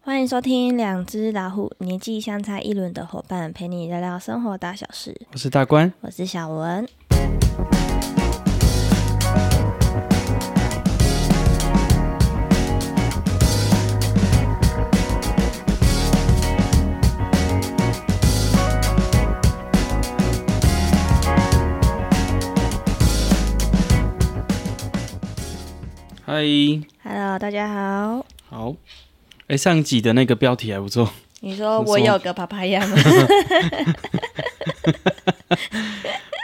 欢迎收听《两只老虎》，年纪相差一轮的伙伴陪你聊聊生活大小事。我是大官，我是小文。嗨， Hello，大家好。好，哎，上集的那个标题还不错， 你说你说我有个爸爸 样吗？？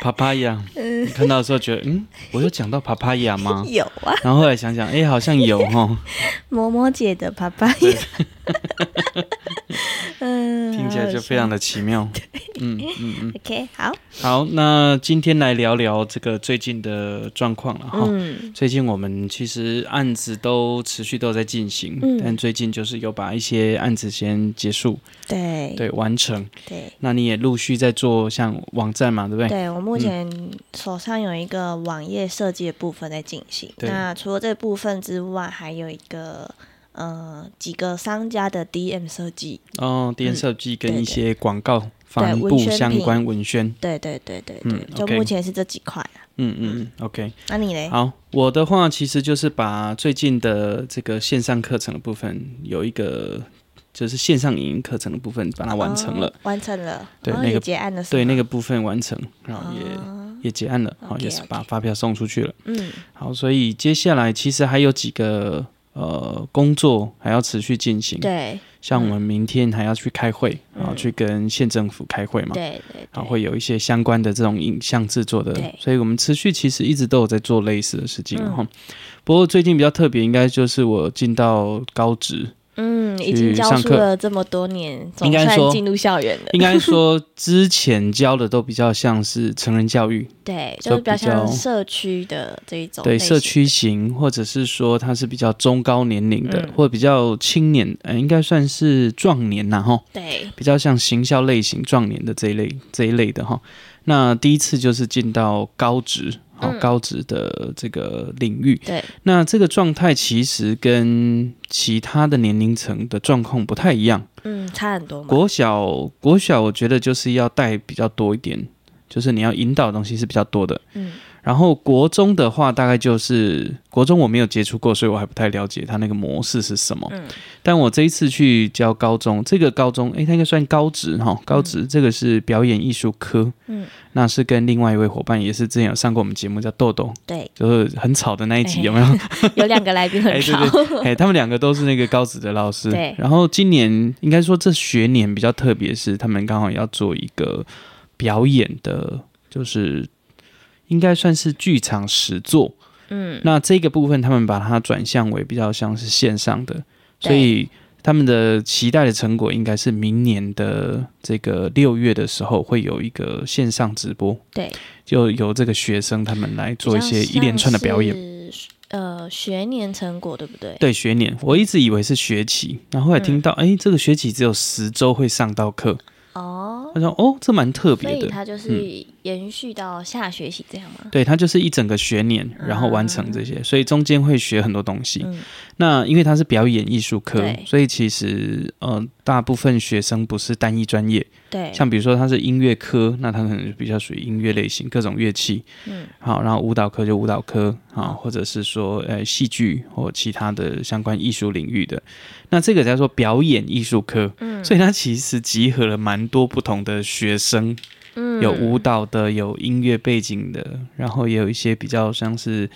帕帕亚，你看到的时候觉得，嗯，我有讲到帕帕亚吗 有啊，然后后来想想，哎，好 像有哦，嬷嬷姐的爸爸样。 嗯，听起来就非嗯常的奇妙。好有趣 OK。好，好，那今天来聊聊这个最近的状况了哈。嗯最近我们其实案子都持续都在进行，嗯但最近就是有把一些案子先结束，对对，完成。对那你也陆续在做像网站嘛，对不对？对，我目前嗯手上有一个网页设计的部分在进行。对那除了这部分之外，还有一个呃几个商家的 DM 设计。哦，电嗯视设计对跟对一些广告帆文布宣相品关文宣，对对对对对，嗯就 OK 目前是这几块啊。嗯嗯嗯，OK，那你嘞？好，我的话其实就是把最近的这个线上课程的部分有一个。就是线上影音课程的部分，把它完成了，哦完成了，对哦那个也结案了，对那个，个部分完成，然后也、哦也结案了，好、 OK，也是 OK 把发票送出去了。嗯，好，所以接下来其实还有几个呃工作还要持续进行，对像我们明天还要去开会，然后嗯去跟县政府开会嘛，对对对，然后啊会有一些相关的这种影像制作的对，所以我们持续其实一直都有在做类似的事情，嗯然后、不过最近比较特别，应该就是我进到高 职，嗯，已去经教上书课了这么多年，总应该算说进入校园了，应该说之前教的都比较像是成人教育， 对，就就是比较比较像社区的这一种类对型，社区型，或者是说它是比较中高年龄的，嗯或者比较青年，呃，应该算是壮年呐，哈，对，比较像行销类型壮年的这一类这一类的哈。那第一次就是进到高职，好、嗯高职的这个领域。对，那这个状态其实跟其他的年龄层的状况不太一样。嗯，差很多嘛，国小国小，我觉得就是要带比较多一点，就是你要引导的东西是比较多的。嗯，然后国中的话，大概就是国中我没有接触过，所以我还不太了解它那个模式是什么。嗯但我这一次去教高中，这个高中，诶，它应该算高职哈，高职、这个是表演艺术科，嗯，那是跟另外一位伙伴，也是之前有上过我们节目叫豆豆，对，就是很吵的那一哎集，有没有？有两个来宾很 哎吵对，哎，他们两个都是那个高职的老师。对然后今年应该说这学年比较特别，是他们刚好要做一个表演的，就是应该算是剧场实作。嗯，那这个部分他们把它转向为比较像是线上的，对所以他们的期待的成果应该是明年的这个六月的时候会有一个线上直播， 对，就由这个学生他们来做一些一连串的表演。演，呃，学年成果对不对？对学年，我一直以为是学期，然嗯后后来听到，哎、这个学期只有十周会上到课，哦，他说，哦，这蛮特所别以的。嗯它就是延续到下学期这样吗？对，它就是一整个学年，然后完成这些，所以中间会学很多东西。啊嗯那因为它是表演艺术科对，所以其实呃，大部分学生不是单一专业，对，像比如说他是音乐科，那他可能就比较属于音乐类型，各种乐器，嗯，好，然后舞蹈科就舞蹈科啊，或者是说呃戏剧或其他的相关艺术领域的，那这个叫做表演艺术科，嗯所以它其实集合了蛮多不同的学生，嗯有舞蹈的，有音乐背景的，然后也有一些比较像是。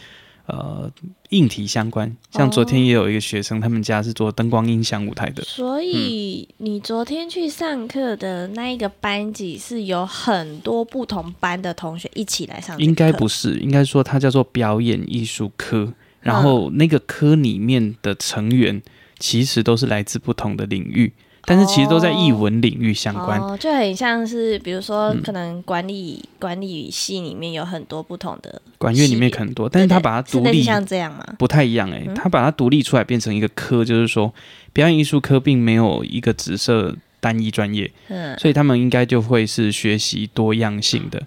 呃，硬体相关，像昨哦天也有一个学生，他们家是做灯光音响舞台的，嗯所以你昨天去上课的那一个班级是有很多不同班的同学一起来上这个课，嗯应该不是，应该说它叫做表演艺术科，然后那个科里面的成员其实都是来自不同的领域，但是其实都在艺文领域相关。嗯哦，就很像是比如说可能管理、管理系里面有很多不同的，管乐里面很多，但是对它对把它是独类似立像这嗯样吗？不太一样诶、欸，它把它独立出来变成一个科，就是说表演艺术科并没有一个只设单一专业，嗯所以他们应该就会是学习多样性的，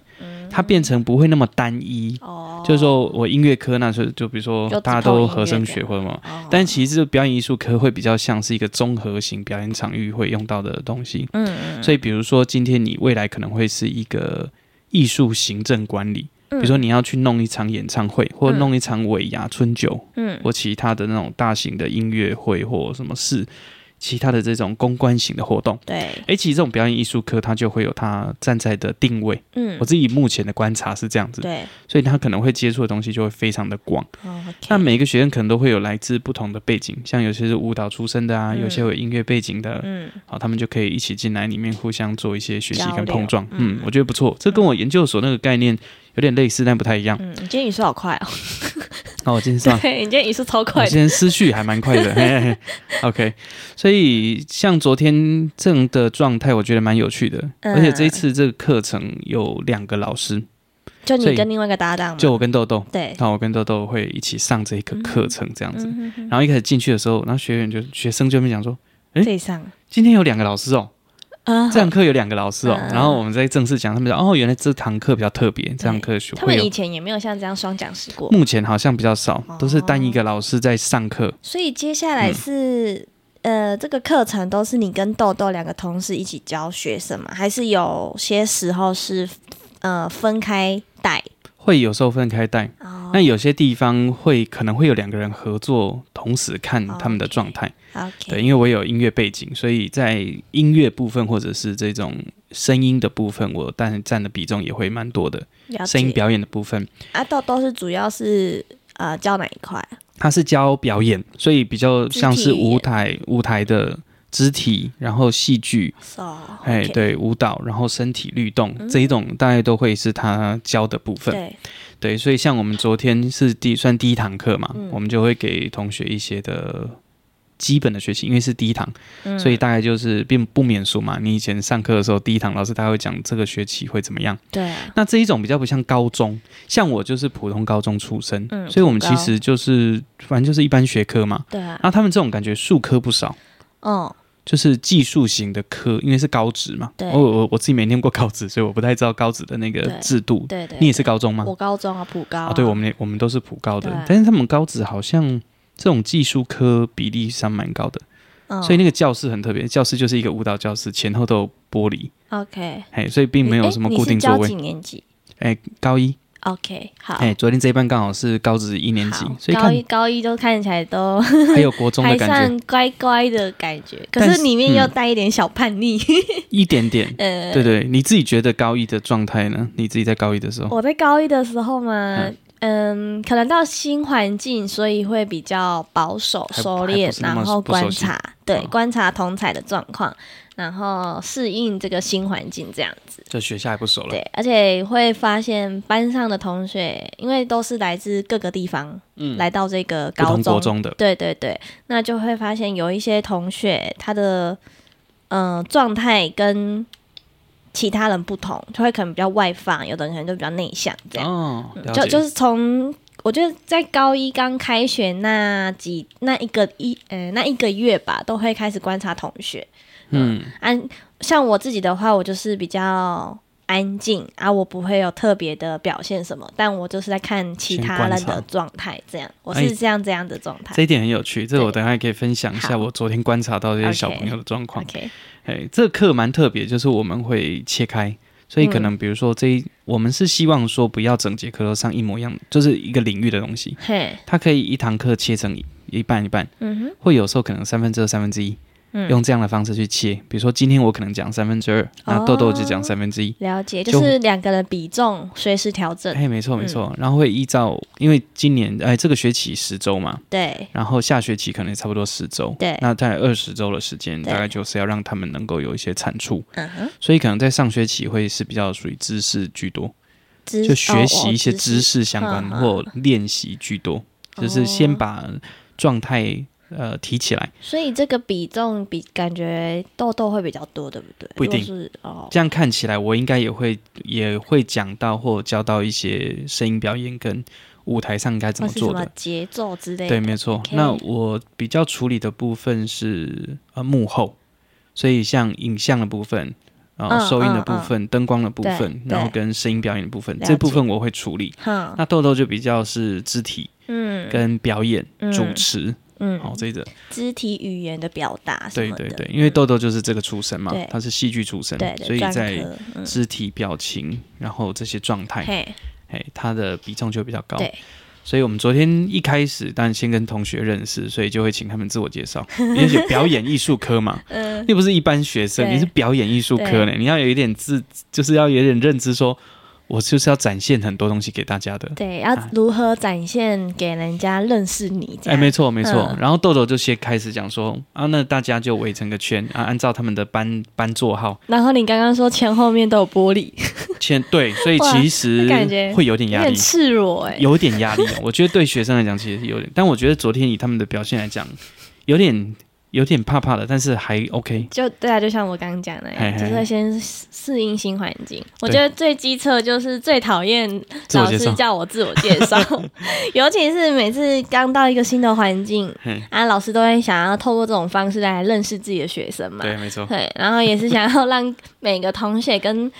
它变成不会那么单一。嗯哦，就是说我音乐科那时候就比如说就大家只碰都音乐和声这学样会嘛，哦但其实这个表演艺术科会比较像是一个综合型表演场域会用到的东西。嗯嗯，所以比如说今天你未来可能会是一个艺术行政管理，比比如说你要去弄一场演唱会，或嗯弄一场尾牙春酒，嗯或其他的那种大型的音乐会或什么事，其他的这种公关型的活动。对，诶，其实这种表演艺术科它就会有它站在的定位，嗯我自己目前的观察是这样子，对，所以它可能会接触的东西就会非常的广。哦，OK，那每个学生可能都会有来自不同的背景，像有些是舞蹈出身的啊，嗯有些有音乐背景的，嗯好，他们就可以一起进来里面互相做一些学习交跟流碰撞。嗯嗯，我觉得不错，这跟我研究所那个概念有点类似，但不太一样。嗯，你今天语速好快哦，哦，我今天上。对，你今天语速超我快的，今天思绪还蛮快 的嘿嘿嘿，OK，所以像昨天这样的状态，我觉得蛮有趣的，嗯而且这一次这个课程有两个老师，就所你以跟另外一个搭档嘛，就我跟豆豆，对，那我跟豆豆会一起上这个课程这样子。嗯哼然后一开始进去的时候，然后学员就学生就会讲说，哼，诶对上今天有两个老师哦，啊，这堂课有两个老师哦。嗯然后我们在正式讲，他们讲哦，原来这堂课比较特别，这堂课学他会们以有。嗯前也没有像这样双讲师过，目前好像比较少哦，都是单一个老师在上课。所以接下嗯来是。呃，这个课程都是你跟豆豆两个同事一起教学生吗？还是有些时候是呃分开带？会有时候分开带，哦那有些地方会可能会有两个人合作，同时看哦他们的 OK 状态。 ，OK，对，因为我有音乐背景，所以在音乐部分或者是这种声音的部分，我但占的比重也会蛮多的。了声音解表演的部分，啊，豆豆是主要是呃教哪一块啊？他是教表演，所以比较像肢是体语言舞台舞台的肢体，然后戏剧，手，哎、 OK，嗯对，舞蹈，然后身体律动、这一种，大概都会是他教的部分。对，对，所以像我们昨天是第算第一堂课嘛，嗯我们就会给同学一些的基本的学习，因为是第一堂，嗯所以大概就是并不免俗嘛。你以前上课的时候，第一堂老师他会讲这个学期会怎么样。对啊，那这一种比较不像高中，像我就是普通高中出身，嗯所以我们普高其实就是反正就是一般学科嘛。对啊，那他们这种感觉数科不少，嗯，就是技术型的科，因为是高职嘛。对我我我自己没念过高职，所以我不太知道高职的那个对制度。对对，你也是对高中吗？我高中啊，普高啊，对，我们也我们都是普高对的，但是他们高职好像这种技术科比例上蛮高的，嗯所以那个教室很特别，教室就是一个舞蹈教室，前后都有玻璃， OK，嘿，所以并没有你什么诶固定座你是教位几。年级哎，高一， ？OK，好，哎，昨天这一班刚好是高职一年级好，所以高看一高一就看起来都还有国中 的还感觉，算乖乖的感觉，可但是是里面又嗯带一点小叛逆。一点点。 呃，对对，你自己觉得高一的状态呢？你自己在高一的时候，我在高一的时候嘛。嗯，可能到新环境，所以会比较保守、还收还敛不，是那然么后不熟观悉察，对，哦观察同彩的状况，然后适应这个新环境这样子。就学校还不熟了，对，而且会发现班上的同学，因为都是来自各个地方，嗯来到这个不高同国中，中的，对对对，那就会发现有一些同学他的嗯、呃状态跟其他人不同，就会可能比较外放，有的人可能就比较内向这样。哦，了就解，就是从我觉得在高一刚开学那几那一个一呃那一个月吧，都会开始观察同学。嗯，安像我自己的话，我就是比较安静啊，我不会有特别的表现什么，但我就是在看其先他观人的察状态，这样我哎是这样这样的状态这。一点很有趣，这个我对等一下也可以分享一好下我昨天观察到这些小 OK 朋友的状况。 OK，哎，这个课蛮特别，就是我们会切开，所以嗯可能比如说这一，我们是希望说不要整节课都上一模一样，就是一个领域的东西，嘿，它可以一堂课切成一一半一半，嗯哼，或有时候可能三分之二、三分之一，嗯用这样的方式去切。比如说今天我可能讲三分之二，哦那豆豆就讲三分之一。了解，就就是两个人比重随时调整，哎，没错没嗯错，然后会依照，因为今年哎这个学期十周嘛，对，然后下学期可能差不多十周，对那在二十周的时间，对大概就是要让他们能够有一些产出，嗯哼，所以可能在上学期会是比较属于知识居多，知就学习一些知，哦识相关嗯嗯或练习居多，哦就是先把状态呃提起来哦，所以这个比重比感觉痘痘会比较多，对不对？不一定如果是哦，这样看起来我应该也会也会讲到或教到一些声音表演跟舞台上该怎或么是什做么的。节奏之类的，对，没错。 OK 那我比较处理的部分是呃幕后，所以像影像的部分、啊、嗯收音的嗯部嗯分、灯光的部对分，然后对跟声音表演的部分，了这部解分我会处理。哈，那豆豆就比较是肢体嗯跟表演、嗯主持，嗯，好、这个肢体语言的表达什对么对的，对，因为豆豆就是这个出身嘛对，他是戏剧出身对，对，所以专在科嗯肢体、表情，然后这些状态，嘿，哎，他的比重就比较高。对，所以我们昨天一开始，但先跟同学认识，所以就会请他们自我介 绍。也许表演艺术科嘛，嗯，又不是一般学生，对你是表演艺术科呢，你要有一点自，就是要有点认知说，我就是要展现很多东西给大家的。对，要如何展现给人家认识你？这哎，样没错没错。嗯然后豆豆就先开始讲说啊，那大家就围成个圈啊，按照他们的班班座号然后你刚刚说前后面都有玻璃，签对，所以哇其实那感觉会有点有压点力，赤裸哎、有点压力啊。我觉得对学生来讲其实有点，但我觉得昨天以他们的表现来讲，有点有点怕怕的，但是还 OK。就对啊，就像我刚刚讲的那样，嘿嘿就是嘿会先适应新环境。我对觉得最机车就是最讨厌自我老介绍师，叫我自我介 绍，尤其是每次刚到一个新的环境嘿啊，老师都会想要透过这种方式来认识自己的学生嘛。对，没错，对，然后也是想要让每个同学跟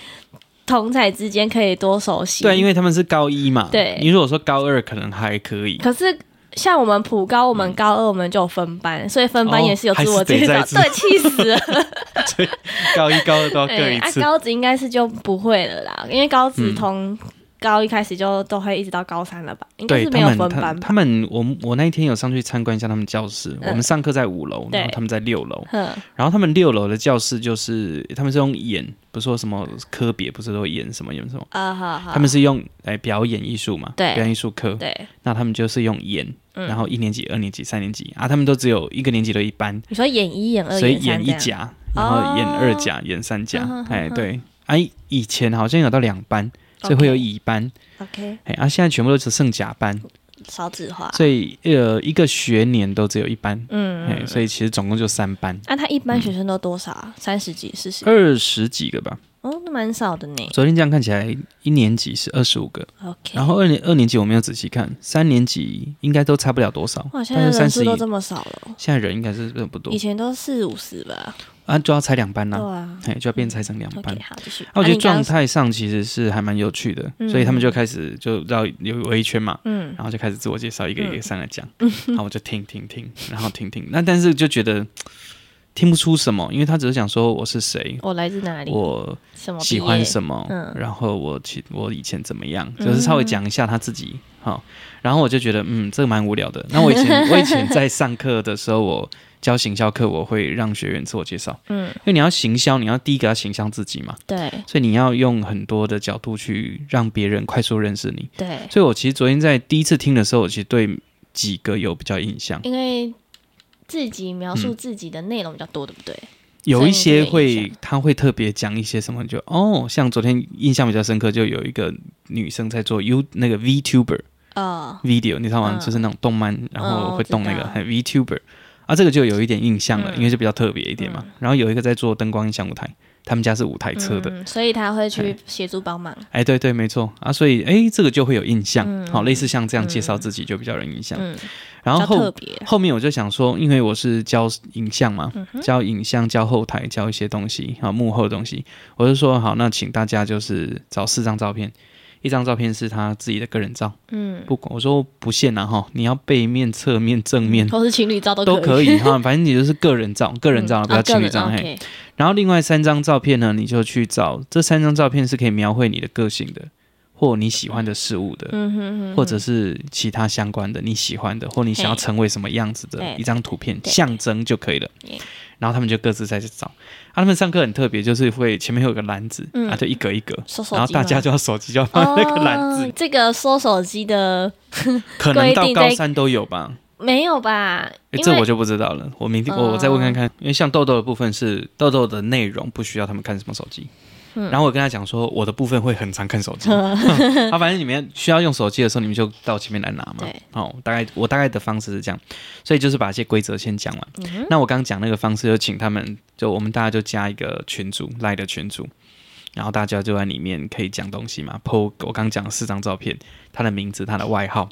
同才之间可以多熟悉。对，因为为他们是高一嘛，对你如果说高二可能还可以，可是像我们普高，我们高二我们就有分班，所以分班哦也是有还自是我得介绍，再自对，气死了。 高一高二都要哦各对，一啊，次。嗯高职应该是就不会了啦，因为高职从高一开始就都会一直到高三了吧，应该对是他没有们，分他班吧。他们，我们我那一天有上去参观一下他们教室。嗯我们上课在五楼，对然后他们在六楼。哼，然后他们六楼的教室就是他们是用演，不是说什么科别，不是都演什么演什么，啊，好好，他们是用来表演艺术嘛，对表演艺术科。对那他们就是用演，嗯然后一年级、二年级、三年级啊，他们都只有一个年级的一班，你说演一、演二、所以三演这一样，甲，这然样后演哦嗯二甲，演三甲哼哼，哎，哼对，哎，以前好像有到两班，所以会有 OK 乙班， OK 哎，啊，现在全部都只剩甲班，少子化，所以呃，一个学年都只有一班，哎，嗯，啊所以其实总共就三班，那他一般学生都多少啊？三十几、四十？二十几个吧。哦，那蛮少的呢。昨天这样看起来，一年级是二十五个， OK，然后二年二年级我没有仔细看，三年级应该都差不了多少哇，，现在但是三人十数一都，这么少了，现在人应该是不多以前都四五十吧？啊，就要拆两班对啦，啊。哎，就要变拆成两班 OK，。好，继续。啊我觉啊得状，你刚态上其实是还蛮有趣的，嗯所以他们就开始就绕有围一圈嘛，嗯然后就开始自我介绍，一个一个上来讲，然后我就听听听，然后听听，那但是就觉得听不出什么，因为他只是讲说我是谁，我来自哪里？我什么毕喜欢业什么，嗯然后我其我以前怎么样，就是稍微讲一下他自己，好、然后我就觉得嗯，这个蛮无聊的。那我以 前我以前在上课的时候，我教行销课，我会让学员自我介绍，嗯，因为你要行销，你要第一个要形象自己嘛，对所以你要用很多的角度去让别人快速认识你。对，所以我其实昨天在第一次听的时候，我其实对几个有比较印象，因为自己描述嗯自己的内容比较多，对不对？有一些所以你有会印他会特别讲一些什么，就哦，像昨天印象比较深刻，就有一个女生在做 U 那个 VTuber 哦， video，你知道吗？嗯就是那种动漫，然后会动那我个知道很 VTuber 啊，这个就有一点印象了，嗯因为就比较特别一点嘛。然后有一个在做灯光音响舞台，他们家是舞台车的，嗯，所以他会去协助帮忙。哎，对对，没错啊，所以哎，这个就会有印象，嗯好，类似像这样嗯介绍自己就比较有印象。嗯，然后比较特后别。后面我就想说，因为我是教影像嘛，嗯哼，教影像、教后台、教一些东西啊，幕后的东西，我就说好，那请大家就是找四张照片，一张照片是他自己的个人照，嗯，不管我说不限啊哈，你要背面、侧面、正面。或是情侣照都都可以， 以 哈，反正你就是个人照，个个人照、不要情侣照、嗯嘿。。啊个人 OK 然后另外三张照片呢，你就去找这三张照片是可以描绘你的个性的，或你喜欢的事物的，嗯哼哼，或者是其他相关的你喜欢的，或你想要嘿成为什么样子对的一张图片对象征就可以了耶。然后他们就各自再去找。啊，他们上课很特别，就是会前面会有个篮子，嗯啊，就一格一格，收手机吗，然后大家就要手机就要放在那个篮子哦，这个收手机的可能到规定高在三都有吧。没有吧？诶因这为嗯我就不知道了，我明天我我再问看看，因为像豆豆的部分是豆豆的内容不需要他们看什么手机，嗯然后我跟他讲说我的部分会很常看手机， 啊，反正你们需要用手机的时候你们就到前面来拿嘛对，哦，大概我大概的方式是这样，所以就是把一些规则先讲完。嗯哼那我刚刚讲那个方式，就请他们就我们大家就加一个群组赖的群组，然后大家就在里面可以讲东西嘛，po 我刚刚讲的四张照片，他的名字、他的外号，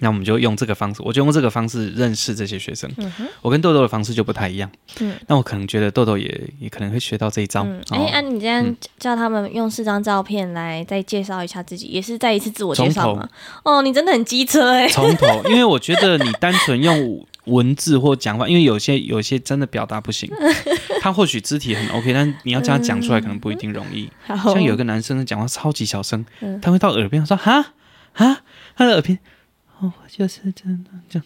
那我们就用这个方式，我就用这个方式认识这些学生。嗯哼，我跟豆豆的方式就不太一样。嗯那我可能觉得豆豆也也可能会学到这一招。嗯，哦哎，啊，你这样叫他们用四张照片来再介绍一下自己，也是再一次自我介绍吗？哦，你真的很机车哎，从头，因为我觉得你单纯用文字或讲话，因为有些有些真的表达不行，他或许肢体很 OK，但你要叫他讲出来可能不一定容易。嗯好像有个男生讲话超级小声，嗯他会到耳边说哈哈，他的耳边。哦，就是真的，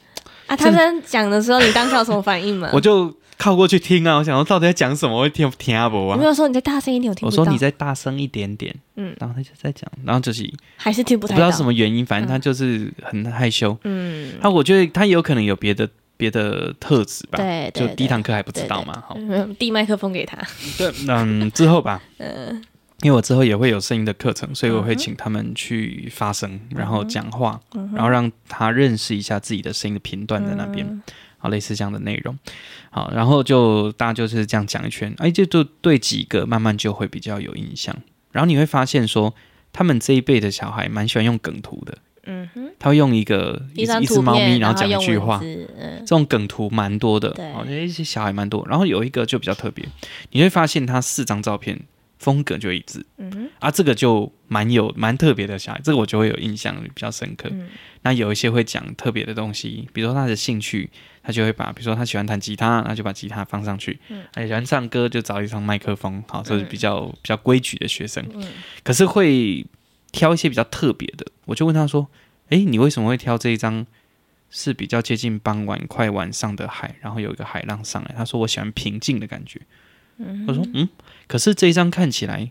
啊，他在讲的时候，你当下有什么反应吗？我就靠过去听啊，我想说到底在讲什么，我会听听阿伯有没啊。有说你再大声一点，我听我不到。说你再大声一点点，嗯，然后他就在讲，然后就是还是听不我不太知到道什么原因，反正嗯他就是很害羞。嗯，那、我觉得他也有可能有别的别的特质吧，对对，就第一对堂课还不知道嘛。好，嗯递麦克风给他。对，嗯，之后吧， 嗯因为我之后也会有声音的课程，所以我嗯会哼请他们去发声，然后讲话，嗯哼然后让他认识一下自己的声音的频段在那边，嗯好，类似这样的内容。好，然后就大家就是这样讲一圈，哎，就就对几个慢慢就会比较有印象，然后你会发现说，他们这一辈的小孩蛮喜欢用梗图的。嗯哼，他会用一个一一只张一只图猫咪，片，然然后讲一用句文话，字嗯这种梗图蛮多的，对我觉得一些小孩蛮多。然后有一个就比较特别，你会发现他四张照片风格就一致嗯哼，啊，这个就蛮有蛮特别的小孩，这个我就会有印象比较深刻。嗯那有一些会讲特别的东西，比如说他的兴趣，他就会把，比如说他喜欢弹吉他，那就把吉他放上去；，嗯他也喜欢唱歌，就找一张麦克风。好，这是嗯比较、比较规矩的学生。嗯可是会挑一些比较特别的。我就问他说：“诶，你为什么会挑这一张？是比较接近傍晚、快晚上的海，然后有一个海浪上来。”他说：“我喜欢平静的感觉。”嗯我哼，说：“嗯，可是这一张看起来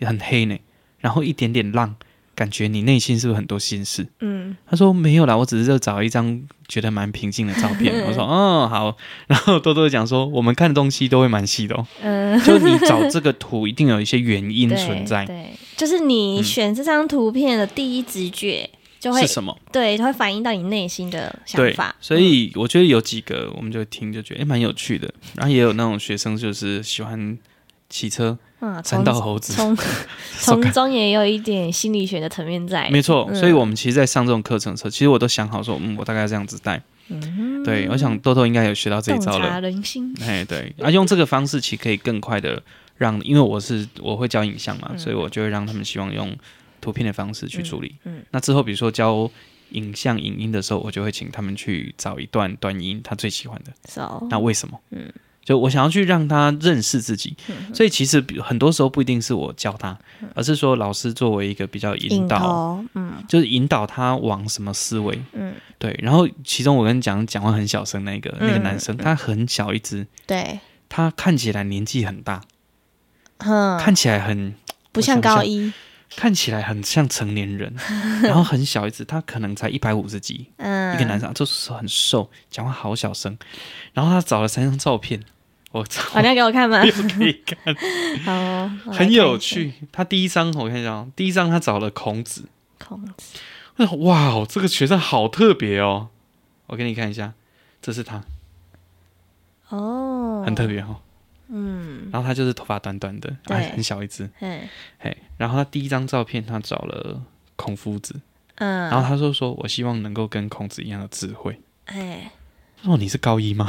很黑呢，然后一点点浪，感觉你内心是不是很多心事？”嗯他说没有啦，我只是就找一张觉得蛮平静的照片。我说哦好，然后多多讲说我们看的东西都会蛮细的哦，嗯，就你找这个图一定有一些原因 对存在，对，就是你嗯选这张图片的第一直觉就会是什么？对，它会反映到你内心的想对法，，嗯所以我觉得有几个我们就听就觉得诶蛮、有趣的，然后也有那种学生就是喜欢骑车嗯，三从道猴子， 从手从感中也有一点心理学的层面在，没错，嗯所以我们其实，在上这种课程的时候，其实我都想好说，嗯，我大概要这样子带。嗯，对，我想豆豆应该有学到这一洞招了。察人心，哎，对，啊，用这个方式其实可以更快的让，因为我是我会教影像嘛，嗯所以我就会让他们希望用图片的方式去处理。嗯嗯那之后比如说教影像、影音的时候，我就会请他们去找一段短音他最喜欢的， so 那为什么？嗯就我想要去让他认识自己，嗯所以其实比很多时候不一定是我教他，而是说老师作为一个比较引引导，头，嗯就是引导他往什么思维。嗯，对，然后其中我跟你讲讲话很小声那个、那个嗯男生，他很小一只，对，他看起来年纪很大，嗯，看起来很不像我想不高像一，看起来很像成 年人，然后很小一只，他可能才一百五十几，嗯，一个男生就是很瘦，讲话好小声。然后他找了三张照片，我 操，哦，你要给我看吗？又可以看， 好哦，我来很看有一下。趣。他第一张我看一下哦，第一张他找了孔子，孔子，我想哇哦，这个学生好特别哦。我给你看一下，这是他，哦，很特别哦。嗯，然后他就是头发短短的，对哎，很小一只，嘿，嘿。然后他第一张照片他找了孔夫子。嗯，然后他就说：“我希望能够跟孔子一样的智慧。哎，”哦，你是高 一吗？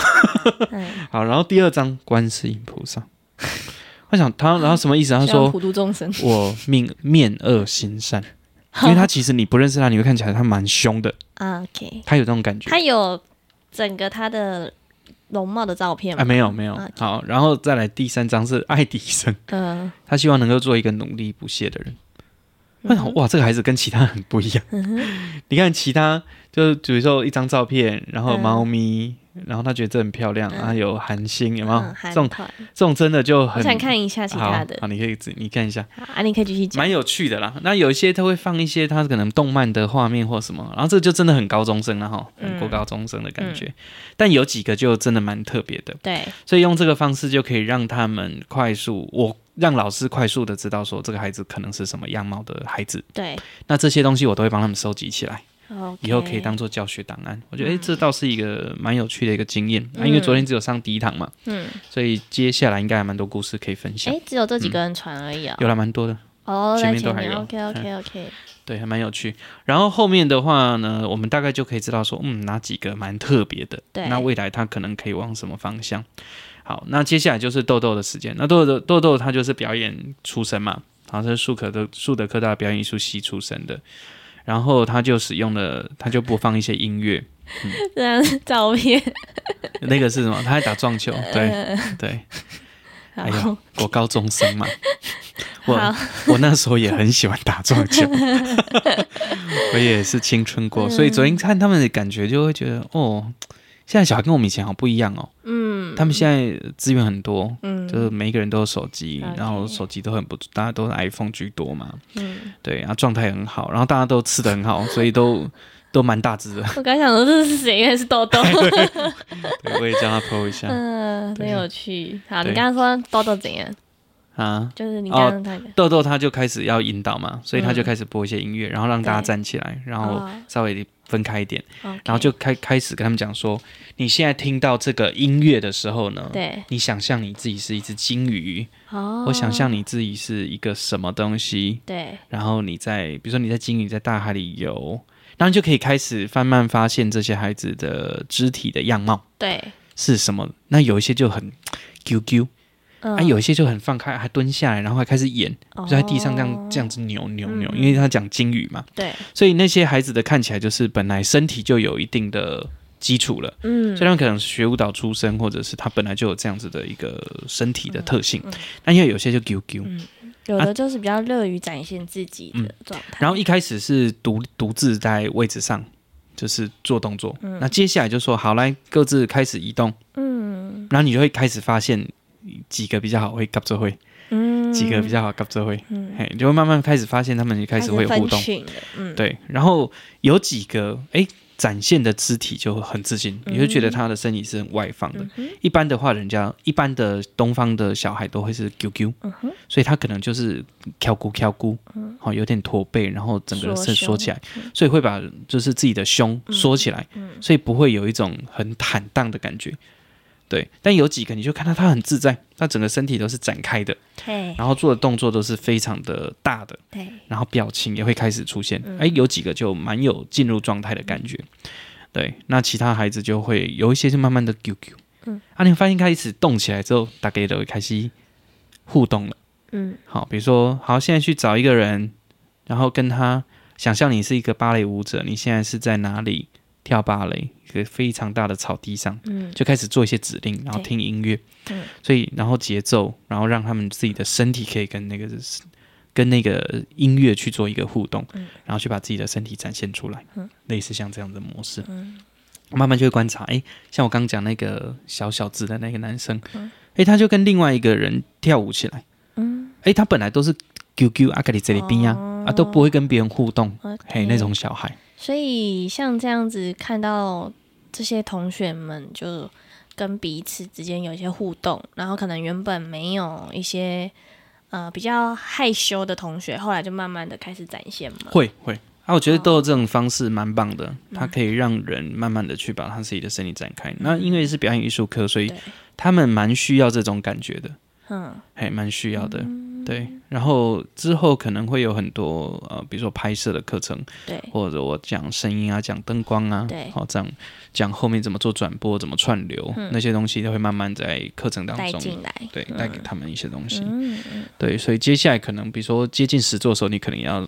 哎，好，然后第二章观世音菩萨，我想他，然后什么意思？ 他希望说普度众生，我命面恶 心善，因为他其实你不认识他，你会看起来他蛮凶的，啊 OK，他有这种感觉。他有整个他的容貌的照片啊，吗？没有没有啊，好，然后再来第三章是爱迪生，嗯，他希望能够做一个努力不懈的人。我嗯想，哇，这个孩子跟其他很不一样。 你看其他，就是比如说一张照片，然后嗯猫咪，然后他觉得这很漂亮，嗯然后有韩星，有没有？嗯这韩种团，这种真的就很我想看一下其他的好，好，你可以自你看一下，好啊，你可以继续讲，蛮有趣的啦。那有一些他会放一些他可能动漫的画面或什么，然后这就真的很高中生了哈，嗯很过高中生的感觉。但有几个就真的蛮特别的，对，所以用这个方式就可以让他们快速，我让老师快速的知道说这个孩子可能是什么样貌的孩子。对那这些东西我都会帮他们收集起来， ，OK，以后可以当做教学档案。我觉得诶，这倒是一个蛮有趣的一个经验、啊，因为嗯昨天只有上第一堂嘛，嗯，所以接下来应该还蛮多故事可以分享。哎，只有这几个人传而已哦，有了蛮多的，哦，嗯前在面都前还面有嗯，OK OK OK， 对，还蛮有趣。然后后面的话呢，我们大概就可以知道说，嗯，哪几个蛮特别的，对那未来它可能可以往什么方向。好，那接下来就是豆豆的时间。那豆豆豆豆他就是表演出身嘛，然后他是树可的树德科大表演艺术系出身的，然后他就使用了，他就播放一些音乐，这样是照片，那个是什么？他还打撞球，对对，哎呀好，我高中生 嘛，我好，我那时候也很喜欢打撞 球，我也是青春过，所以嗯昨天看他们的感觉就会觉得，哦，现在小孩跟我们以前好不一样哦，嗯他们现在资源很多，嗯，就是每一个人都有手机， OK 然后手机都很不，大家都是 iPhone 居多嘛，嗯，对，然后状态很好，然后大家都吃的很好，所以都都蛮大只的，我刚想说这是谁？原来是豆豆，对我也叫他 PO 一下嗯，很对有趣。好，对你刚刚说豆豆怎样？啊。就是你哦刚刚那个，豆豆他就开始要引导嘛，所以他就开始播一些音乐，然后让大家站起来，然后哦稍微分开一点， OK 哦然后就开开始跟他们讲说，你现在听到这个音乐的时候呢，对，你想象你自己是一只金鱼，哦，或想象你自己是一个什么东西，对，然后你在比如说你在金鱼在大海里游，然后你就可以开始慢慢发现这些孩子的肢体的样貌对，是什么。那有一些就很 Q Q，嗯，啊，有一些就很放开，还蹲下来，然后还开始演。哦就在地上这样这样子扭扭扭，嗯因为他讲金鱼嘛，对，所以那些孩子的看起来就是本来身体就有一定的基础了，嗯虽然可能是学舞蹈出身，或者是他本来就有这样子的一个身体的特性嗯嗯，嗯那因为有些就丢丢，有的就是比较乐于展现自己的状态，啊嗯然后一开始是独独自在位置上。就是做动作，那接下来就说好来，各自开始移动，嗯然后你就会开始发现几个比较好会夹着会，嗯，几个比较好夹着会，嗯嘿，就会慢慢开始发现他们就开始会有互分动，群的，嗯，对，然后有几个哎展现的肢体就很自信，你会觉得嗯他的身体是很外放的。一般的话，人家一般的东方的小孩都会是 QQ，、所嗯以他可能就是翘骨翘骨，好、有点驼背，然后整个人缩是缩胸嗯起来，所以会把就是自己的胸缩起来，所以不会有一种很坦荡的感觉。对，但有几个你就看到他很自在，他整个身体都是展开的，对然后做的动作都是非常的大的，对，然后表情也会开始出现，哎、有几个就蛮有进入状态的感觉。对，那其他孩子就会有一些就慢慢的 QQ，嗯，啊，你会发现开始动起来之后，大概都会开始互动了。嗯好，比如说，好，现在去找一个人，然后跟他想象你是一个芭蕾舞者，你现在是在哪里跳芭蕾？一个非常大的草地上，嗯就开始做一些指令，然后听音乐，嗯所以然后节奏，然后让他们自己的身体可以跟那个跟那个音乐去做一个互动，嗯然后去把自己的身体展现出来，嗯类似像这样的模式，嗯慢慢就会观察，诶，像我刚讲那个小小子的那个男生，嗯诶，他就跟另外一个人跳舞起来，嗯，哦诶，他本来都是 QQ 阿格里这里边呀，啊都不会跟别人互动，嘿，那种小孩，所以像这样子看到这些同学们就跟彼此之间有一些互动，然后可能原本没有一些呃比较害羞的同学，后来就慢慢的开始展现嘛。会会。啊，我觉得哦都有这种方式蛮棒的，嗯它可以让人慢慢的去把他自己的身体展开。那因为是表演艺术课，所以对他们蛮需要这种感觉的，嗯还蛮需要的。对，然后之后可能会有很多呃，比如说拍摄的课程，对，或者我讲声音啊，讲灯光啊，对嗯好、讲讲后面怎么做转播，怎么串流、那些东西，都会慢慢在课程当带中。进来。对，带给他们一些东西。嗯嗯对，所以接下来可能，比如说接近十座的时候，你可能也要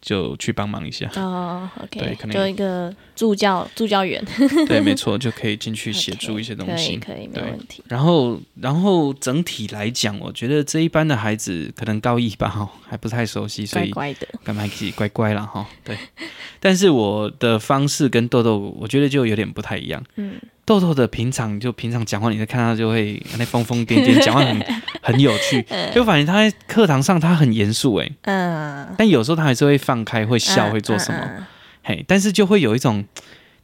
就去帮忙一下。 哦对，OK，可能就一个助教助教员对，没 错，就可以进去协 OK，助一些东西。可以可以，没对问题。然后，然后整体来讲，我觉得这一班的孩子可能高一吧，哈，还不太熟悉，所乖以乖的，干嘛可以乖乖啦，哈。对，但是我的方式跟豆豆，我觉得就有点不太一样。嗯，豆豆的平常就平常讲话，你在看他就会那疯疯癫 癫，讲话很很有趣，就反正他在课堂上他很严肃欸诶，嗯，但有时候他还是会放开，会笑，会做什么，嘿，但是就会有一种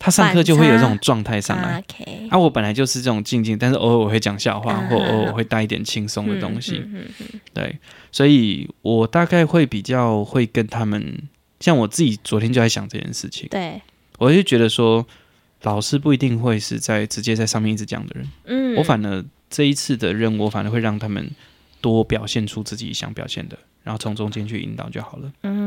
他上课就会有这种状态上来。 ？OK，啊，我本来就是这种静静，但是偶尔我会讲笑话，啊或偶尔我会带一点轻松的东西。嗯嗯嗯对，所以我大概会比较会跟他们，像我自己昨天就在想这件事情，嗯对，我就觉得说，老师不一定会是在直接在上面一直讲的人，嗯，我反而这一次的任务，我反而会让他们多表现出自己想表现的，然后从中间去引导就好了。嗯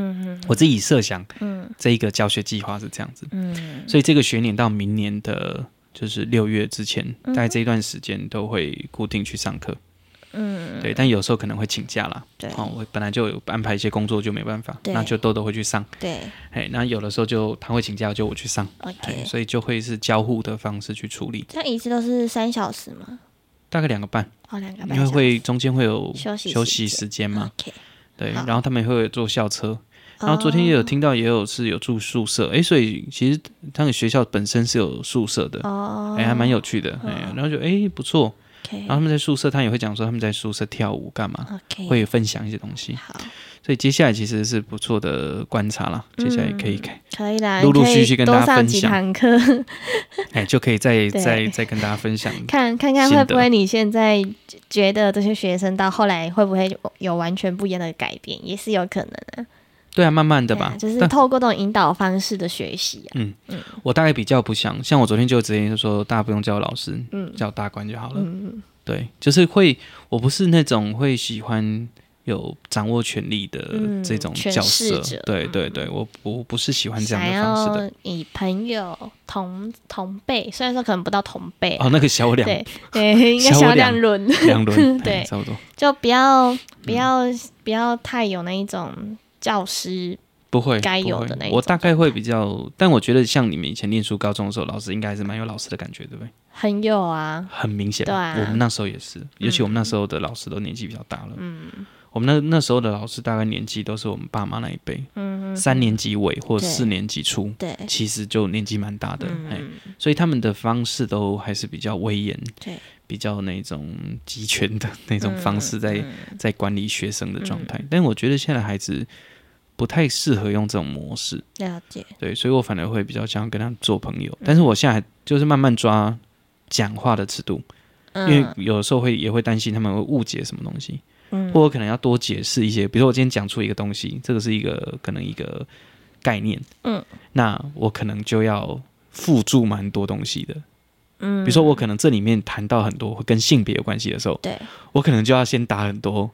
我自己设想嗯这一个教学计划是这样子，嗯所以这个学年到明年的，就是六月之前，大概这一段时间都会固定去上课。嗯，对，但有时候可能会请假啦。对哦，我本来就有安排一些工作，就没办法，对那就豆豆会去上。对哎，那有的时候就他会请假，就我去上。哎， ，OK。所以就会是交互的方式去处理，这样一次都是三小时吗？大概两个半，哦，两个半因为小时会中间会有休息休息时间嘛， OK，对，好哦然后他们也会有坐校车，然后昨天也有听到也有是有住宿舍，哎，所以其实他们学校本身是有宿舍的，哦，哎，还蛮有趣的，哎，然后就哎不错， OK 然后他们在宿舍，他也会讲说他们在宿舍跳舞干嘛， OK，会分享一些东西，好，所以接下来其实是不错的观察啦，接下来可嗯以看，可以啦，陆陆你可以续续跟大多家上几分享堂课， 哎，就可以再对再再跟大家分享看看看心会得不会你现在觉得这些学生到后来会不会有完全不一样的改变，也是有可能的、对啊，慢慢的对啊吧，就是但透过这种引导方式的学习、啊。我大概比较不想，像我昨天就直接就说，大家不用叫我老师，嗯叫我大官就好了。嗯对，就是会，我不是那种会喜欢有掌握权力的嗯这种权角势色。者对对对，我我不是喜欢嗯，这样想的方式的。要以朋友同同辈，虽然说可能不到同辈啊、哦，那个小我两对 对，应该小小我两两轮，两 轮，对哎差不多，就不要不要、不要太有那一种教师不会该不有会的那一我种大概会比较，但我觉得像你们以前念书高中的时候，老师应该还是蛮有老师的感觉，对不对？很有啊，很明显，对啊我们那时候也是，尤其我们那时候的老师都年纪比较大了。嗯，我们那那时候的老师大概年纪都是我们爸妈那一辈，嗯，三年级尾或对四年级初，对其实就年纪蛮大的，哎、嗯所以他们的方式都还是比较威严，对，嗯比较那种集权的那种方式在、在管理学生的状态。但我觉得现在孩子不太适合用这种模式，了解，对，所以我反而会比较想要跟他们做朋嗯友，但是我现在还就是慢慢抓讲话的尺度，因为嗯有时候会也会担心他们会误解什么东西，嗯或者可能要多解释一些，比如说我今天讲出一个东西，这个是一个可能一个概念，嗯，那我可能就要附注蛮多东西的，比嗯，如说我可能这里面谈到很多会跟性别有关系的时候，对。我可能就要先打很多，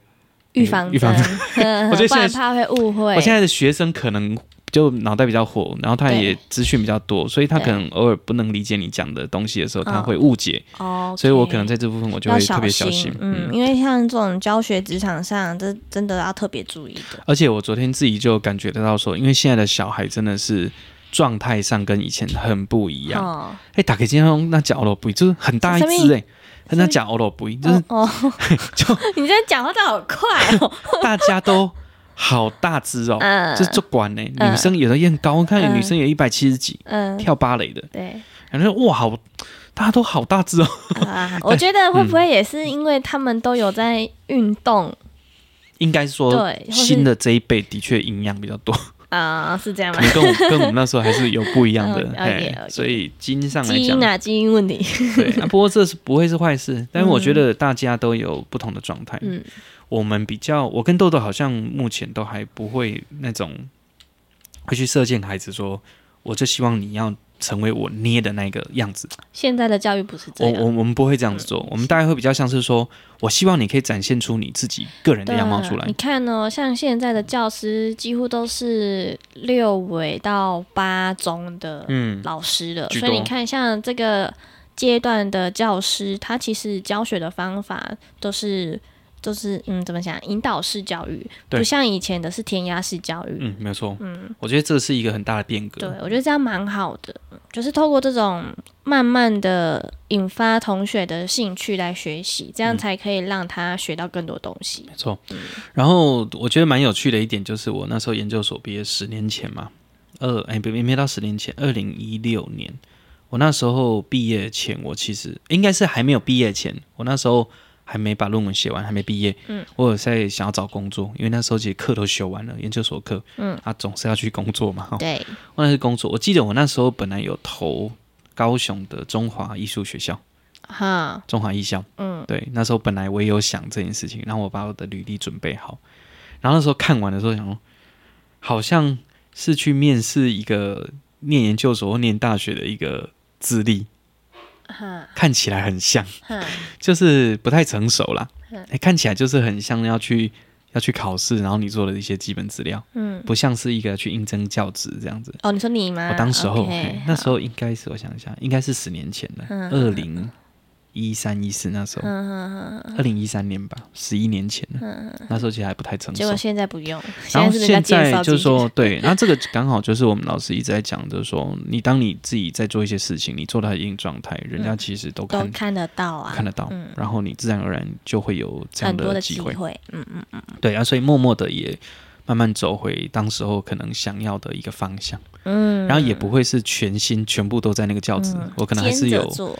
预防预防针， 我觉得现不在然怕会误会。我现在的学生可能就脑袋比较火，然后他对也资讯比较多，所以他对可能偶尔不能理解你讲的东西的时候，嗯他会误解，哦，所以我可能在这部分我就要会特别小小心。嗯，，因为像这种教学职场上，这真的要特别注意的。而且我昨天自己就感觉得到说，因为现在的小孩真的是。状态上跟以前很不一样。哦，哎、打给金龙那叫欧罗布，就是很大一什只么哎、那叫欧罗布，就是哦， 哦就你这讲话都好快 哦。大家都好大只哦， 嗯就是做管呢。嗯女生有的也很高，我看有女生有一百七十几，嗯，跳芭蕾的， 对感觉哇好，大家都好大只哦。 啊，我觉得会不嗯会也是因为他们都有在运动应该说，对或是新的这一辈的确营养比较 多，啊？是这样可吗？能跟我们跟我们那时候还是有不一样 的嗯，了解哎了，解所以基因上来基讲因，啊，基因问题。 对，啊不过这是不会是坏事，但是我觉得大家都有不同的状态。嗯我们比较，我跟豆豆好像目前都还不会那种会去射箭孩子说，我就希望你要成为我捏的那个样子。现在的教育不是这我样嗯我。我们不会这样子做，我们大概会比较像是说，我希望你可以展现出你自己个人的对啊样貌出来你。看哦，像现在的教师几乎都是六尾到八中的嗯，老师了，居所以你多看，像这个阶段的教师，他其实教学的方法都是都是嗯，怎么讲，引导式教育，对不像以前的是填鸭式教育。嗯，没有错。嗯，我觉得这是一个很大的变革。对，我觉得这样蛮好的，就是透过这种慢慢的引发同学的兴趣来学习，这样嗯才可以让他学到更多东西没。错。然后我觉得蛮有趣的一点就是，我那时候研究所毕业十年前嘛，二哎别别没到十年前，二零一六年，我那时候毕业前，我其实应该是还没有毕业前，我那时候还没把论文写完，还没毕业，嗯，我有在想要找工作，因为那时候其实课都修完了，研究所课，嗯，啊总是要去工作嘛，哈、对，我那是工作，我记得我那时候本来有投高雄的中华艺术学校。哈，中华艺校，嗯嗯，对，那时候本来我也有想这件事情，然后我把我的履历准备好，然后那时候看完的时候想说，好像是去面试一个念研究所或念大学的一个资历，哈，看 起来很像，哈，嗯就是不太成熟啦，哎、看起来就是很像要去要要去考试，然后你做了一些基本资料，嗯，不像是一个去应征教职这样子。哦，你说你吗？我当时啊候 OK，嘿好那时候应该是我想一下，应该是十年前了，嗯二零一三一四那时候，嗯嗯嗯二零一三年吧，十一年前了。嗯嗯，那时候其实还不太成结熟果。现在不用，然后是人家现介在绍就是进去说，对，那这个刚好就是我们老师一直在讲，就是说，你当你自己在做一些事情，你做到一定状态，人家其实都看、嗯都看得到啊，看得到，嗯然后你自然而然就会有这样很多的机机会。会，嗯嗯嗯对啊，所以默默的也慢慢走回当时候可能想要的一个方向，嗯，然后也不会是全心全部都在那个教职，嗯我可能还是兼着有，做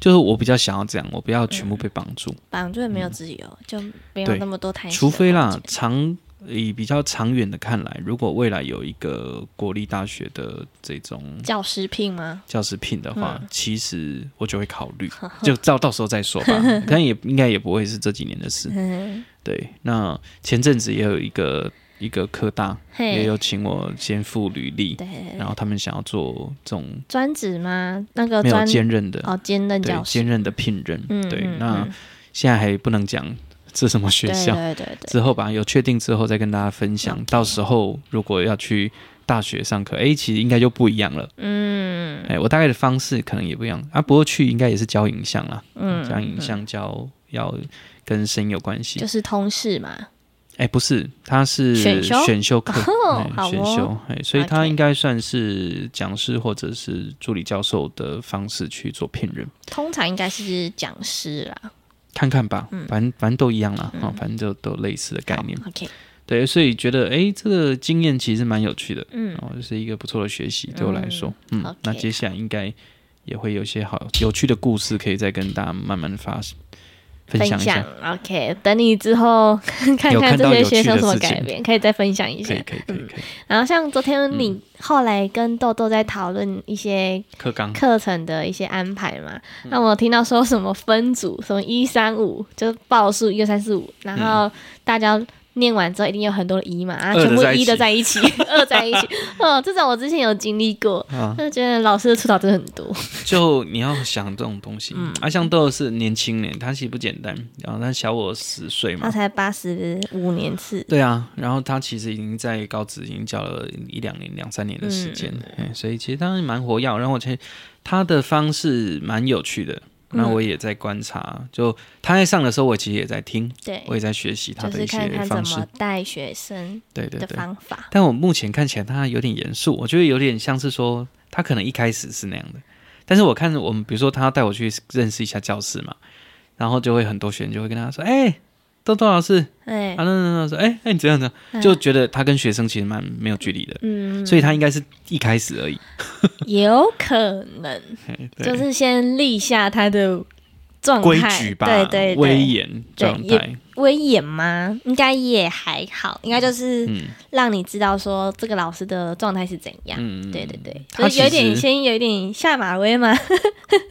就是我比较想要这样，我不要全部被绑住，绑住也没有自由，就没有嗯对那么多弹性的空间，除非啦，长以比较长远的看来，如果未来有一个国立大学的这种教师聘吗？ 教师聘的话，嗯其实我就会考 虑，就到到时候再说吧。但也应该也不会是这几年的事。嗯，对，那前阵子也有一个一个科大嘿，也有请我先付履历，对对对然后他们想要做这种专职吗？那个没有专兼任的，哦兼任对教师，兼任的聘任。嗯对，嗯那嗯现在还不能讲是什么学对校，对对嗯对，之后吧，有确定之后再跟大家分享。到时候如果要去大学上课，诶，其实应该就不一样了。 嗯诶，我大概的方式可能也不一样啊，不过去应该也是教影像啦，嗯，教影像教要跟声音有关系就。是通识嘛，诶，不是，它是选修课，哦诶好哦选修，诶，所以 OK 它应该算是讲师或者是助理教授的方式去做聘任。通常应该是讲师啦。看看吧，反正反正都一样啦，哦，反正就都类似的概念。 OK，对，所以觉得诶，这个经验其实蛮有趣的。嗯然，后就是一个不错的学习，对我来说，嗯， OK 那接下来应该也会有一些好有趣的故事，可以再跟大家慢慢发分享一下， OK，等你之后 看有看看这到些有趣学生有的什么事情改变，可以再分享一可下嗯以。可嗯以可以可以，然后像昨天你后来跟豆豆在讨论一些课纲课程的一些安排嘛，嗯那我听到说什么分组，什么一三五，就是报数一二三四五，然后大家。念完之后一定有很多的一嘛，啊，二的全部在一起一的在一起， 二在一起，哦，这种我之前有经历过，啊，嗯就觉得老师的出导真的很多，就你要想这种东西，啊，像豆豆是年轻人，他其实不简单，然后他小我十岁他嘛。才八十五年次，对啊，然后他其实已经在高职已经教了一两年、两三年的嗯时间，嘿所以其实当然蛮活跃。然后我觉得他的方式蛮有趣的，那嗯我也在观察。就他在上的时候，我其实也在听，对，我也在学习他就的是一些看他方怎式么，带学生对对的对。方法，但我目前看起来他有点严肃，我觉得有点像是说他可能一开始是那样的，但是我看我们比如说他要带我去认识一下教室嘛，然后就会很多学生就会跟他说：“哎、豆豆老师哎啊，那那那说，哎、哎、你怎样怎样？”就觉得他跟学生其实蛮没有距离的，嗯，所以他应该是一开始而已。有可能嘿对就是先立下他的状态，规矩吧，对对对，威严状对态，威严吗？应该也还好，应该就是嗯让你知道说这个老师的状态是怎样。嗯，对对对，他就是有其实点先有点下马威嘛，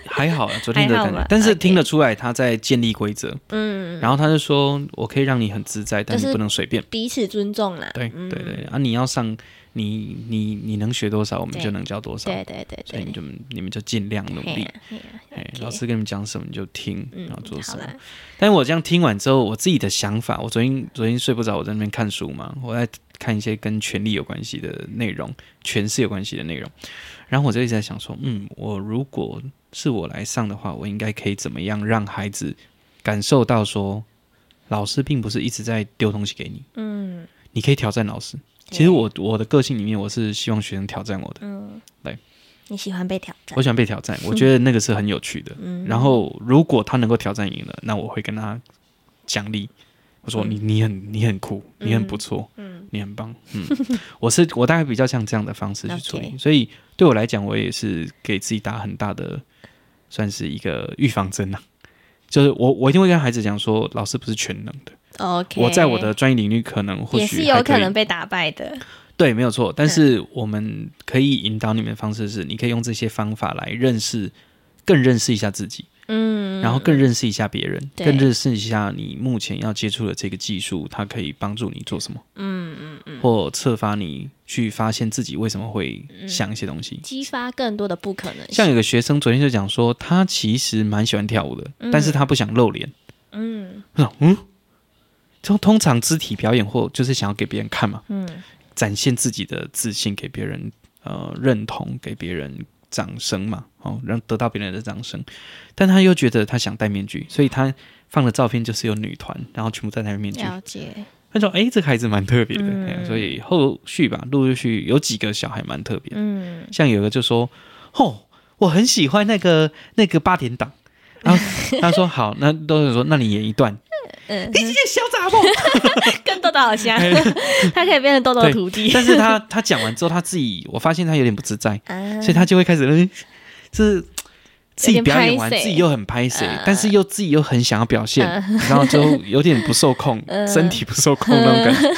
还好啊，昨天的还好感觉吧，但是 OK 听得出来他在建立规则。嗯，然后他就说：“我可以让你很自在，但就是你不能随便。彼此尊重啦，对嗯对对，啊，你要上，你你你能学多少，我们对就能教多少，对对对所以你对，就你们就尽量努嘿力呀。嘿呀哎， OK 老师跟你们讲什么你就听，然后做嗯，什好么啦。，但我这样听完之后，我自己的想法，我昨天昨天睡不着，我在那边看书嘛，我在看一些跟权力有关系的内容，权势有关系的内容。然后我就一直在想说，嗯，我如果是我来上的话，我应该可以怎么样让孩子感受到说，老师并不是一直在丢东西给你，嗯你可以挑战老师。对其实我我的个性里面，我是希望学生挑战我的，嗯，对，你喜欢被挑战我，喜欢被挑战，我觉得那个是很有趣的。嗯，然后如果他能够挑战赢了，那我会跟他奖励，我说嗯你你很你很酷，嗯你很不错，嗯你很棒，嗯，我是我大概比较像这样的方式去处理， OK 所以对我来讲，我也是给自己打很大的，算是一个预防针啊。就是我，我一定会跟孩子讲说，老师不是全能的。 ，OK，我在我的专业领域可能或也许是还有可可以能被打败的，对，没有错。但是我们可以引导你们的方式是，你可以用这些方法来认识，更认识一下自己。嗯，然后更认识一下别人，对更认识一下你目前要接触的这个技术，它可以帮助你做什么，嗯嗯嗯，或策发你去发现自己为什么会想一些东西。激发更多的不可能像性，有个学生昨天就讲说，他其实蛮喜欢跳舞的，但是他不想露脸。嗯，我说嗯，通通常肢体表演或就是想要给别人看嘛，嗯展现自己的自信，给别人呃认同，给别人掌声嘛，哦，让得到别人的掌声。但他又觉得他想戴面具，所以他放的照片就是有女团，然后全部戴那个面具。了解，他说：“哎、这个孩子蛮特别的。嗯哎所以后续吧，陆陆续续有几个小孩蛮特别的，嗯，像有个就说：“哦，我很喜欢那个那个八点档。”然后 他说：“好，那都是说，那你演一段。嗯你这些小杂货。 跟豆豆好像，他可以变成豆豆的徒弟，但是他他讲完之后，他自己我发现他有点不自在，啊所以他就会开始，嗯就是自己表演完，有点拍自谁己又很拍谁嗯，但是又自己又很想要表现， 然后就有点不 受控，嗯身体不受控那种感觉。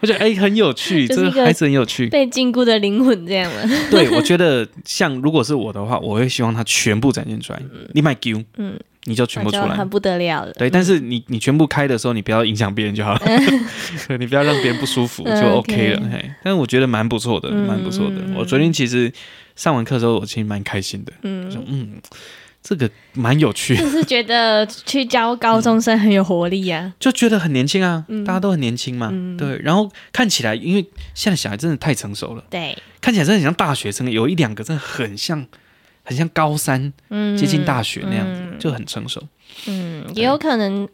我觉得哎、很有趣，就这是一个个孩子很 有趣。被禁锢的灵魂这样了，对，我觉得像如果是我的话，我会希望他全部展现出来。你买 Q，嗯，你就全那部出就来很。不得了了。对，但是你你全部开的时候，你不要影响别人就好了， 对你不要让别人 不舒服嗯就 OK 了。 OK 嘿，但是我觉得蛮不错的，嗯蛮不错的嗯。我昨天其实上完课之后，我其实蛮开心的，我说嗯，嗯，这个蛮有趣，就是觉得去教高中生很有活力啊。 就觉得很年轻啊，嗯大家都很年轻嘛，嗯对。然后看起来，因为现在小孩真的太成熟了，对，看起来真的很像大学生，有一两个真的很像，很像高三嗯，接近大学那样子，嗯就很成熟，嗯，对也有可能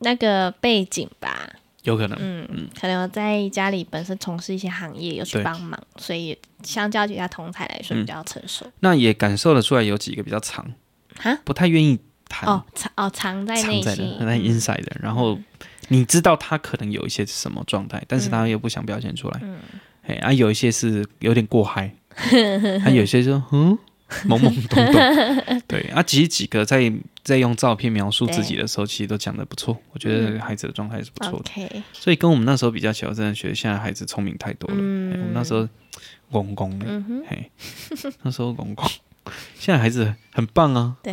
那个背景吧，有可能。嗯，可能我在家里本身从事一些行业，有去对帮忙，所以相较其他同才来说比嗯较成熟。那也感受得出来，有几个比较长，哈，不太愿意谈。哦，藏哦，藏在嗯藏内在心嗯的，，很 inside 的。然后你知道他可能有一些什么状态，但是他又不想表现出来。嗯，哎，啊，有一些是有点过嗨，他、有些就嗯懵懵懂懂。对，啊，其实几个在在用照片描述自己的时候，其实都讲的不错。我觉得孩子的状态是不错的， OK，所以跟我们那时候比较起来，我真的觉得现在孩子聪明太多了。哎我们那时候公公的，嗯哼，嘿， 那时候公公，现在孩子很棒啊。对，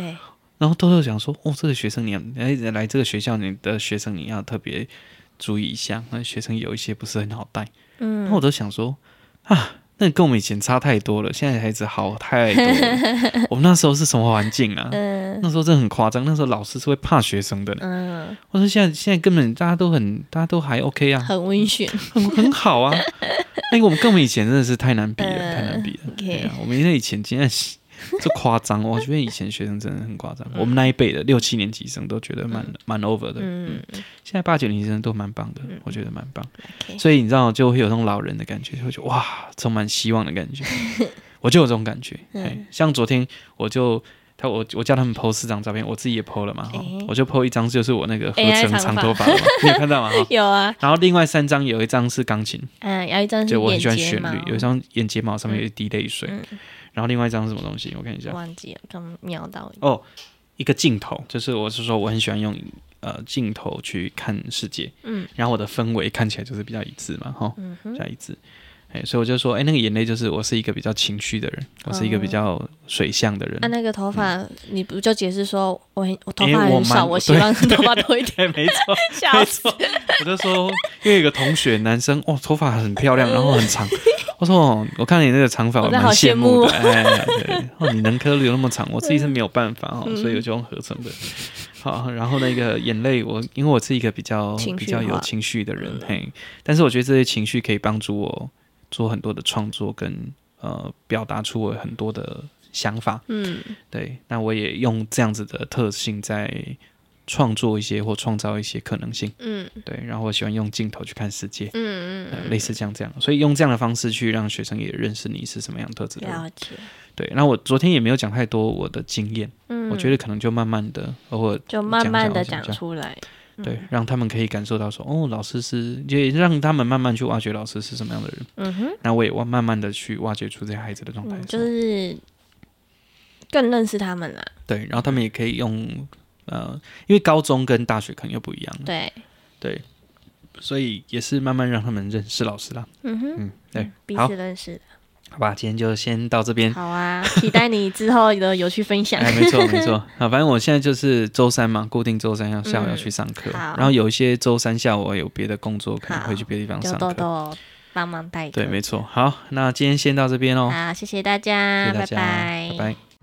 然后豆豆想说，哦，这个学生你要哎来这个学校，你的学生你要特别注意一下，那学生有一些不是很好带。嗯那、我都想说啊，那跟我们以前差太多了，现在孩子好太 多了。我们那时候是什么环境啊？嗯那时候真的很夸张，那时候老师是会怕学生的呢。嗯，我说现在现在根本大家都很，大家都还 OK 啊，很温驯很很好啊。那个我们跟我们以前真的是太难比了，嗯太难比了。对，OK，啊，我们那以前真的是这夸张，我觉得以前学生真的很夸张。我们那一辈的六七年级生都觉得蛮蛮 over 的，嗯现在八九年级生都蛮棒的，我觉得蛮棒。 ，OK，所以你知道，就会有那种老人的感觉，就会觉得哇，充满希望的感觉。我就有这种感觉，哎，像昨天我就。他我我叫他们 PO 四张照片，我自己也 PO 了嘛，哈哎我就 PO 一张就是我那个合 AI 成长头发的嘛，你有看到吗？哈有啊，然后另外三张有一张是钢琴，嗯，有一张是就我眼很喜欢睫旋毛，律，有一张眼睫毛上面有一滴泪水，嗯然后另外一张是什么东西？我看一下，忘记了，刚瞄到一个，哦，一个镜头，就是我是说我很喜欢用呃镜头去看世界，嗯，然后我的氛围看起来就是比较一致嘛，哈，嗯比哼，较一致。哎，所以我就说，哎，那个眼泪就是我是一个比较情绪的人，我是一个比较水象的人哦啊，。那个头发，你不就解释说我很我头嗯因为发我很蛮少，我我希望 头发多一 点，对，哎没错，笑没死，错。我就说，因为有个同学男生，哦，头发很漂亮，然后 很长。我说，哦，我看你那个长发，我我真蛮好羡羡慕嗯的。哎，对，哦，你能颗粒有那么长，我自己是没有办法哦，所以我就用合成的。好，然后那个眼泪，我因为我是一个比较情绪比较有化嗯情绪的人，嘿，但是我觉得这些情绪可以帮助我做很多的创作跟呃表达出我很多的想法，嗯对，那我也用这样子的特性在创作一些或创造一些可能性。嗯对，然后我喜欢用镜头去看世界，嗯呃嗯，类似像这样，所以用这样的方式去让学生也认识你是什么样的特质的人。了解，对，那我昨天也没有讲太多我的经验，嗯，我觉得可能就慢慢的，偶尔就慢慢的讲讲讲出来，对，嗯让他们可以感受到说，哦，老师是，也让他们慢慢去挖掘老师是什么样的人。嗯哼，那我也慢慢的去挖掘出这些孩子的状态嗯，是就什么，是更认识他们啦，对，然后他们也可以用，呃，因为高中跟大学可能又不一样了，对，对，所以也是慢慢让他们认识老师啦。嗯哼，嗯，对，彼好此，认识，好吧，今天就先到这边。好啊，期待你之后的有去分享。 哎，没错没 错，啊，反正我现在就是周三嘛，固定周三要下午嗯要去上课，好然后有一些周三下午我有别的工作，可能好会去别的地方就上豆课。豆帮忙代课。对，没错。好，那今天先到这边哦，好，谢谢大家，谢谢大家，拜拜拜